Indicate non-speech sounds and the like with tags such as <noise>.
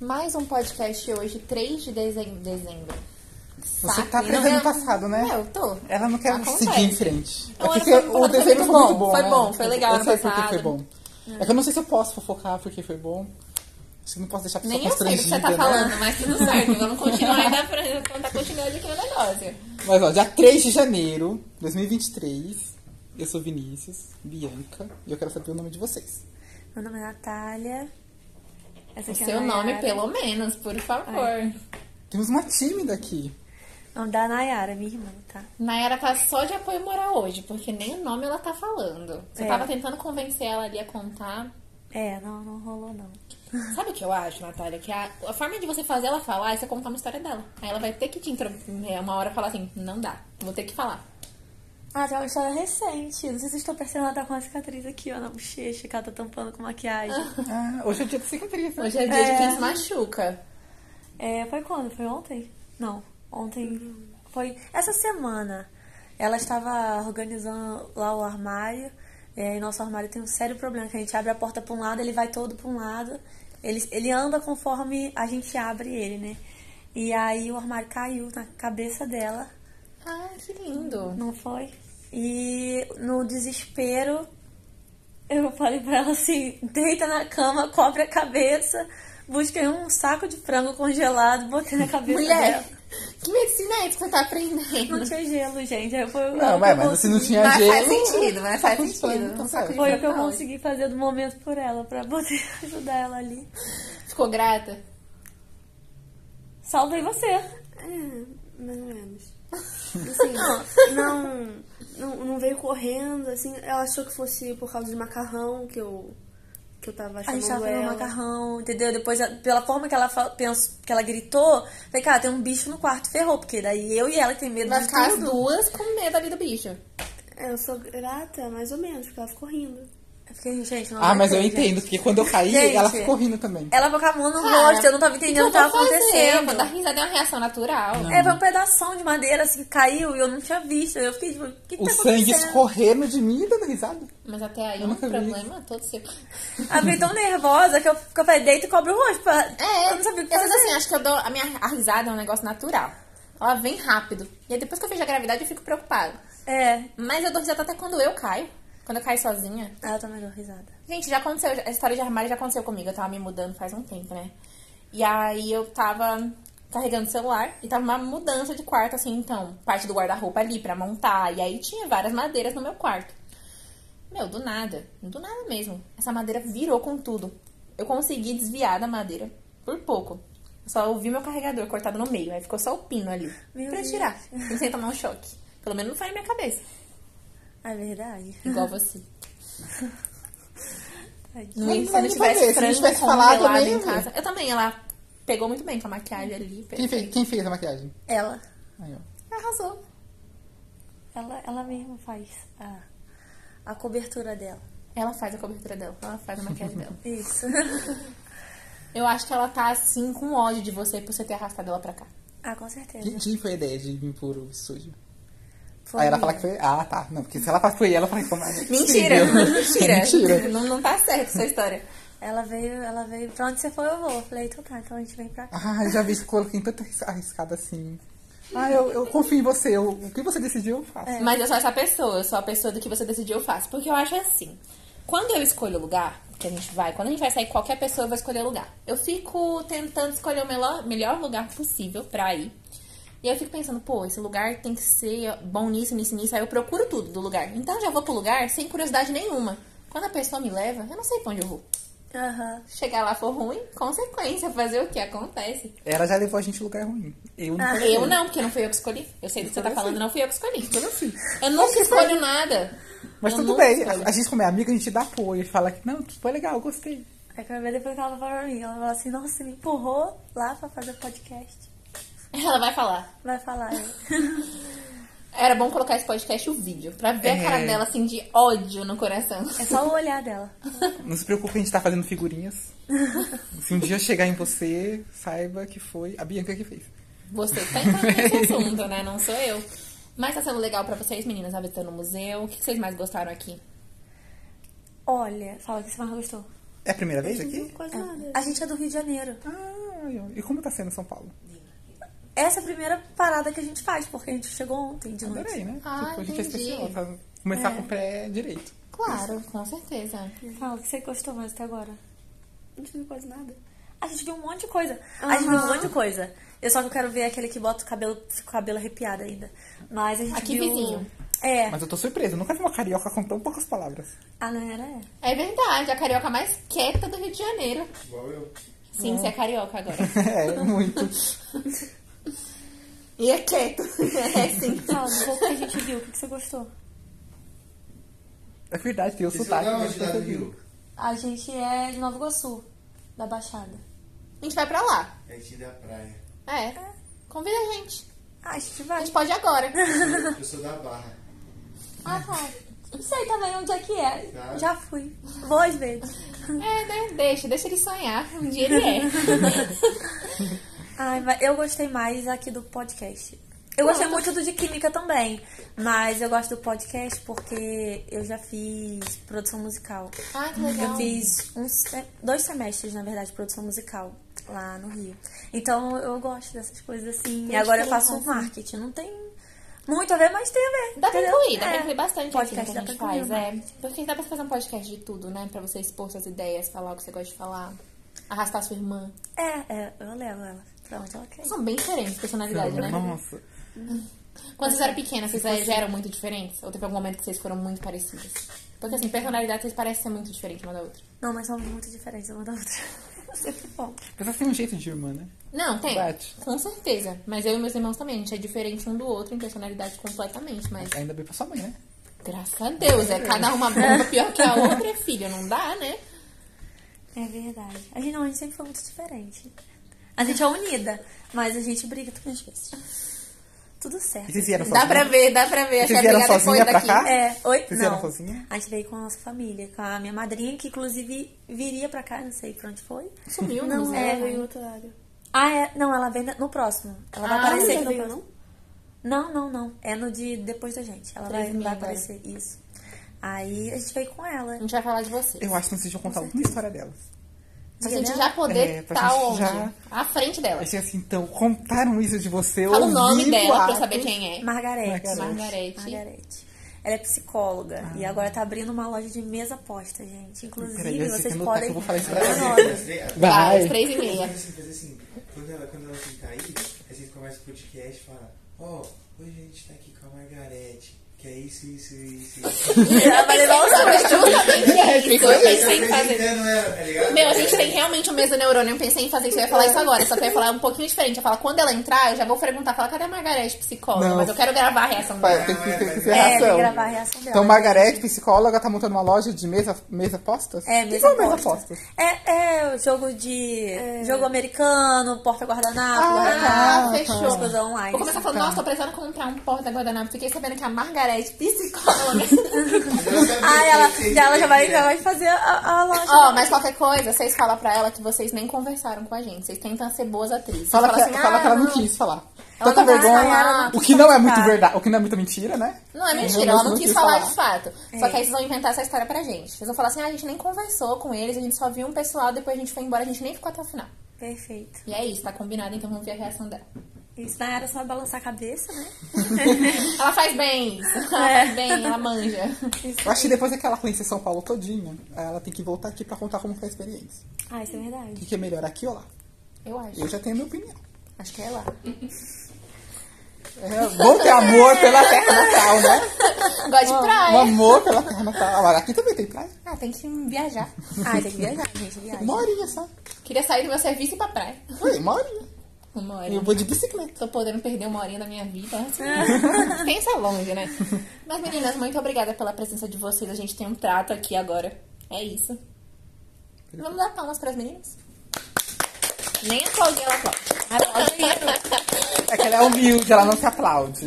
Mais um podcast hoje, 3 de dezem- dezembro. Você Saca, tá presa não é? no passado, né? Eu tô. Ela não quer Acontece. seguir em frente. Não, É mas porque foi- foi o desenho muito foi muito bom, bom. foi né? bom, foi legal, Eu sei porque passado. foi bom. É que eu não sei se eu posso fofocar porque foi bom. Acho que não posso deixar a pessoa Nem eu sei o que constrangida. você tá né? falando, mas tudo certo. Vamos continuar ainda pra contar continuidade aqui no negócio. Mas ó, dia 3 de janeiro de 2023. Eu sou Vinícius, Bianca, e eu quero saber o nome de vocês. Meu nome é Natália. Essa O aqui é a seu nome, Nayara. pelo menos, por favor. Temos uma tímida aqui. O nome da Nayara, minha irmã, tá? Nayara tá só de apoio moral hoje, porque nem o nome ela tá falando. Você É. tava tentando convencer ela ali a contar. É, não, não rolou, não. Sabe o que eu acho, Natália? Que a, a forma de você fazer ela falar é você contar uma história dela. Aí ela vai ter que te intro, é, uma hora falar assim, não dá, vou ter que falar. Ah, tem uma história recente. Não sei se vocês estão percebendo, ela tá com uma cicatriz aqui, ó, na bochecha, que ela tá tampando com maquiagem. Ah, hoje é o dia da cicatriz. né? Hoje é dia de quem se machuca. É, foi quando? Foi ontem? Não, ontem. Foi essa semana. Ela estava organizando lá o armário. É, e nosso armário tem um sério problema, que a gente abre a porta para um lado, ele vai todo para um lado. Ele, ele anda conforme a gente abre ele, né? E aí o armário caiu na cabeça dela, Ah, que lindo. não foi? E no desespero, eu falei pra ela assim: deita na cama, cobre a cabeça, busquei um saco de frango congelado, botei na cabeça Mulher, dela. que medicina é isso que você tá é. Não aprendendo? tinha gelo, gente. Aí foi, Não, mas, mas se não tinha Mas faz gelo... sentido, mas faz tá sentido. funcionando, então Não sabe. serve. foi o que eu Não. consegui fazer do momento por ela, pra poder <laughs> ajudar ela ali. Ficou grata? Salvei você. É, mais <laughs> ou menos. Assim, não, não, não veio correndo, assim. Ela achou que fosse por causa de macarrão que eu, que eu tava A chamando gente tava ela. fazendo macarrão, entendeu? Depois, a- pela forma que ela, fa- pensou, que ela gritou, falei, cara, tem um bicho no quarto, ferrou. Porque daí eu e ela que tem medo Vai de ficar as tudo. duas com medo ali do bicho. É, eu sou grata, mais ou menos, porque ela ficou rindo. Eu fiquei, gente, não Ah, vai mas ter, eu gente. entendo, porque quando eu caí, Gente. ela ficou rindo também. Ela com a mão no Cara, rosto, eu não tava entendendo o que Então eu tava vou fazer? Vou dar acontecendo. risada, é uma reação natural. É, foi um pedação de madeira, assim, que caiu e eu não tinha visto. Eu fiquei, tipo, o que, que O tá sangue acontecendo? escorrendo de mim e dando risada. Mas até aí é Eu um nunca vi problema todo seu. Ah, fiquei tão nervosa que eu, que eu falei, deita e cobre o rosto. Pra... É, <laughs> eu não sabia o que às vezes fazer. assim, acho que eu dou. A minha a risada é um negócio natural. Ela vem rápido. E aí depois que eu vejo a gravidade, eu fico preocupada. É. Mas eu dou risada até quando eu caio. Quando eu caio sozinha. Ah, eu também dou risada. Gente, já aconteceu. A história de armário já aconteceu comigo. Eu tava me mudando faz um tempo, né? E aí eu tava carregando o celular e tava uma mudança de quarto, assim, então. Parte do guarda-roupa ali pra montar. E aí tinha várias madeiras no meu quarto. Meu, do nada. Do nada mesmo. Essa madeira virou com tudo. Eu consegui desviar da madeira. Por pouco. Eu Só ouvi meu carregador cortado no meio. Aí ficou só o pino ali. Meu pra Deus. tirar. Sem tomar um choque. Pelo menos não foi na minha cabeça. É verdade. Igual você. Tadinha. Nem Mas se eu não não tivesse talvez, se não frango tivesse falado, congelado nem em vi. casa. Eu também, ela pegou muito bem com a maquiagem ali. Quem perfeito. fez, quem fez a maquiagem? Ela. Aí, ó. Arrasou. Ela, ela mesma faz a, a cobertura dela. Ela faz a cobertura dela, ela faz a maquiagem <laughs> dela. Isso. <laughs> Eu acho que ela tá assim com ódio de você por você ter arrastado ela pra cá. ah, com certeza. Quem, quem foi a ideia de vir por o sujo? Foi Aí ela fala que foi. Ah, tá. Não, porque se ela fala que foi ela, fala é que foi <laughs> mais. Mentira! <laughs> Mentira! Mentira. Não, não tá certo essa história. Ela veio, ela veio, pra onde você foi eu vou. Falei, então tá, então a gente vem pra cá. Ah, eu já vi que coloquei tanta arris- arriscada assim. Ah, eu, eu confio em você. Eu- o que você decidiu, eu faço. Mas eu sou essa pessoa, eu sou a pessoa do que você decidiu eu faço. Porque eu acho assim, quando eu escolho o lugar que a gente vai, quando a gente vai sair, qualquer pessoa vai escolher o lugar. Eu fico tentando escolher o melhor, melhor lugar possível pra ir. E aí eu fico pensando, pô, esse lugar tem que ser bom nisso, nisso, nisso. Aí eu procuro tudo do lugar. Então eu já vou pro lugar sem curiosidade nenhuma. Quando a pessoa me leva, eu não sei pra onde eu vou. Aham. Chegar lá for ruim, consequência, fazer o que acontece. Ela já levou a gente a lugar ruim. Eu não. fui. Ah, Eu não, porque não fui eu que escolhi. Eu sei do que você tá falando, não fui eu que escolhi. Eu não fui. Eu nunca escolho nada. Mas Eu tudo nunca bem. escolho. A, a gente, como é amiga, a gente dá apoio. Fala que não, que foi legal, eu gostei. Aí que a minha mãe depois ela falou pra mim, ela falou assim, nossa, você me empurrou lá pra fazer podcast. Ela vai falar. Vai falar né? aí. Era bom colocar esse podcast o vídeo, pra ver a cara É. dela assim de ódio no coração. <laughs> É só o olhar dela. Não se preocupe, a gente tá fazendo <laughs> figurinhas. se um dia eu chegar em você, saiba que foi a Bianca que fez. Você que tá entrando <laughs> nesse assunto, né? Não sou eu. Mas tá sendo legal pra vocês, meninas, a visita no museu. O que que vocês mais gostaram aqui? Olha, fala o que você mais gostou. É a primeira vez aqui? Quase Ah, nada. A gente é do Rio de Janeiro. Ah, e como tá sendo São Paulo? Essa é a primeira parada que a gente faz, porque a gente chegou ontem de noite. Adorei, né? Ah, tipo, a gente é entendi. É. especial. Tá? Começar com o pé direito. Claro, com certeza. Fala o que você gostou mais até agora. A gente viu quase nada. A gente viu um monte de coisa. A gente viu um monte de coisa. Eu só não quero ver aquele que bota o cabelo, fica o cabelo arrepiado ainda. Mas a gente Aqui viu... vizinho. É. Mas eu tô surpresa, eu nunca vi uma carioca com tão poucas palavras. <laughs> A Nayara é. É verdade, a carioca mais quieta do Rio de Janeiro. Igual eu. Sim, você é carioca agora. É, muito. <laughs> E é quieto. <laughs> É sim. Fala um pouco que a gente viu, o que, que você gostou? É verdade, tem o Isso sotaque. não é uma mas cidade do percebi. Rio. A gente é de Nova Iguaçu, da Baixada. A gente vai pra lá. É aqui da praia. É. Convida a gente. Ah, a gente A vai. gente pode ir <laughs> agora. É, Eu sou da Barra. Ah, tá. Não sei também onde é que é. Tá. Já fui. Vou às vezes. É, né? Deixa, deixa ele sonhar. Um dia ele é. <laughs> Ai, mas eu gostei mais aqui do podcast. Eu gostei muito do de química também, mas eu gosto do podcast porque eu já fiz produção musical. Ah, que Eu legal. fiz um se- dois semestres, na verdade, de produção musical lá no Rio. Então eu gosto dessas coisas assim. E agora eu faço um marketing. Não tem muito a ver, mas tem a ver. Dá pra entendeu? incluir, dá pra É. incluir bastante podcast aqui no que a dá pra gente incluir, né? faz, é. Porque dá pra você fazer um podcast de tudo, né? Pra você expor suas ideias, falar o que você gosta de falar, arrastar sua irmã. É, é, eu levo ela. Pra onde ela quer. ir. São bem diferentes personalidades, né? Nossa. Quando vocês eram pequenas, vocês Tipo assim. já eram muito diferentes? Ou teve algum momento que vocês foram muito parecidas? Porque assim, personalidade vocês parecem ser muito diferentes uma da outra. Não, mas são muito diferentes uma da outra. <laughs> Sempre bom. Mas você tem um jeito de irmã, né? Não, tem. Bate. Com certeza. Mas eu e meus irmãos também, a gente é diferente um do outro em personalidade completamente, mas Ainda bem pra sua mãe, né? graças a Deus, é cada <laughs> uma bomba pior que a outra, filha, não dá, né? É verdade. A gente não, a gente sempre foi muito diferente. A gente é unida, mas a gente briga todas as vezes. Tudo certo. E vocês vieram Dá sozinha? pra ver, dá pra ver. Vocês Acho que é vieram brigar depois sozinha pra daqui. cá? É, oi? Vocês não. vieram sozinha? A gente veio com a nossa família, com a minha madrinha, que inclusive viria pra cá, não sei pra onde foi. Sumiu, Não, não é, Ela veio em outro horário. Ah, é. Não, ela vem na- no próximo. Ela vai Ah, aparecer não aqui no veio, próximo. Não, não, não. É no de depois da gente. Ela Três vai, e meia vai agora. aparecer. Isso. Aí a gente veio com ela. A gente vai falar de vocês. Eu acho que vocês vão contar alguma história dela. Pra Dia gente dela? já poder É, pra estar gente onde? já- À frente Eu dela. achei assim, então, contaram isso de você. Fala o ouvi nome dela pra eu boatos. saber quem é. Margarete. Margarete. Ah. Margarete. Margarete. Ela é psicóloga e agora tá abrindo uma loja de mesa aposta, gente. Inclusive, Peraí, eu sei vocês que eu vou- podem. eu vou falar isso pra Olha o ela. nome. É né? Vai. às três e meia. <laughs> Assim, fazer assim, quando ela, quando ela sentar aí, a gente começa o podcast e fala, ó, hoje a gente tá aqui com a Margarete, que é isso, isso, isso, isso. Ela vai levar os Mas justamente <laughs> é isso. Eu Eu pensei em fazer. apresentando ela, tá ligado? Meu, a gente tem realmente o mesmo neurônio. Eu pensei em fazer isso. Eu ia falar isso agora. Só que eu ia falar um pouquinho diferente. Eu ia falar, quando ela entrar, eu já vou perguntar. Fala, cadê a Margarete, psicóloga? Não. Mas eu quero gravar a reação Vai, dela. tem que tem que ser É, É, tem que reação. gravar a reação dela. Então, Margarete, psicóloga, tá montando uma loja de mesa, mesa postas? É, O que mesa que é uma mesa aposta. postas? É, é o jogo de. Jogo americano, porta guardanapo, É. tá, Ah, guardanapo. fechou. essas coisas online. Vou começar falando, nossa, tô precisando comprar um porta-guardanapo. Fiquei sabendo que a Margarete, psicóloga. Eu também Ah, ela, pensei já, ela já, vai, nisso, já vai fazer a, a loja. Ó, mas qualquer coisa, vocês falam pra ela que vocês nem conversaram com a gente. Vocês tentam ser boas atrizes. Fala, Vocês que, falam é, assim, fala "Ah, que ela não, não. É quis falar. Ela Tanta não quis vergonha. falar, o que não é muito falar. verdade, o que não é muita mentira, né? Não, é mentira, Não, ela não não quis quis falar É. falar. de fato. Só que aí vocês vão inventar essa história pra gente. Vocês vão falar assim, ah, a gente nem conversou com eles, a gente só viu um pessoal, depois a gente foi embora, a gente nem ficou até o final. Perfeito. E é isso, tá combinado, então vamos ver a reação dela. Isso não era só balançar a <laughs> cabeça, né? Ela faz bem <laughs> isso, ela faz bem, ela manja. Eu acho que depois é que ela conhece São Paulo todinha, aí ela tem que voltar aqui pra contar como foi a experiência. Ah, isso é O verdade. que que é melhor, aqui ou lá? Eu acho. Eu já tenho a minha opinião. Acho que é lá. É, vou ter amor pela terra <laughs> Tá natal, né? Gosta de Um praia. amor pela terra natal. Agora, aqui também tem praia. Ah, tem que viajar. Ah, tem que viajar, gente, viaja. Uma horinha só. Queria sair do meu serviço e ir pra praia. Oi, uma horinha. Uma hora. Eu vou de bicicleta. Tô podendo perder uma horinha da minha vida. assim. Pensa longe, né? Mas, meninas, muito obrigada pela presença de vocês. A gente tem um trato aqui agora. É isso. Vamos dar palmas pras meninas? Nem aplaudir, ela aplaude. Aplaudindo. É que ela é humilde, ela não se aplaude.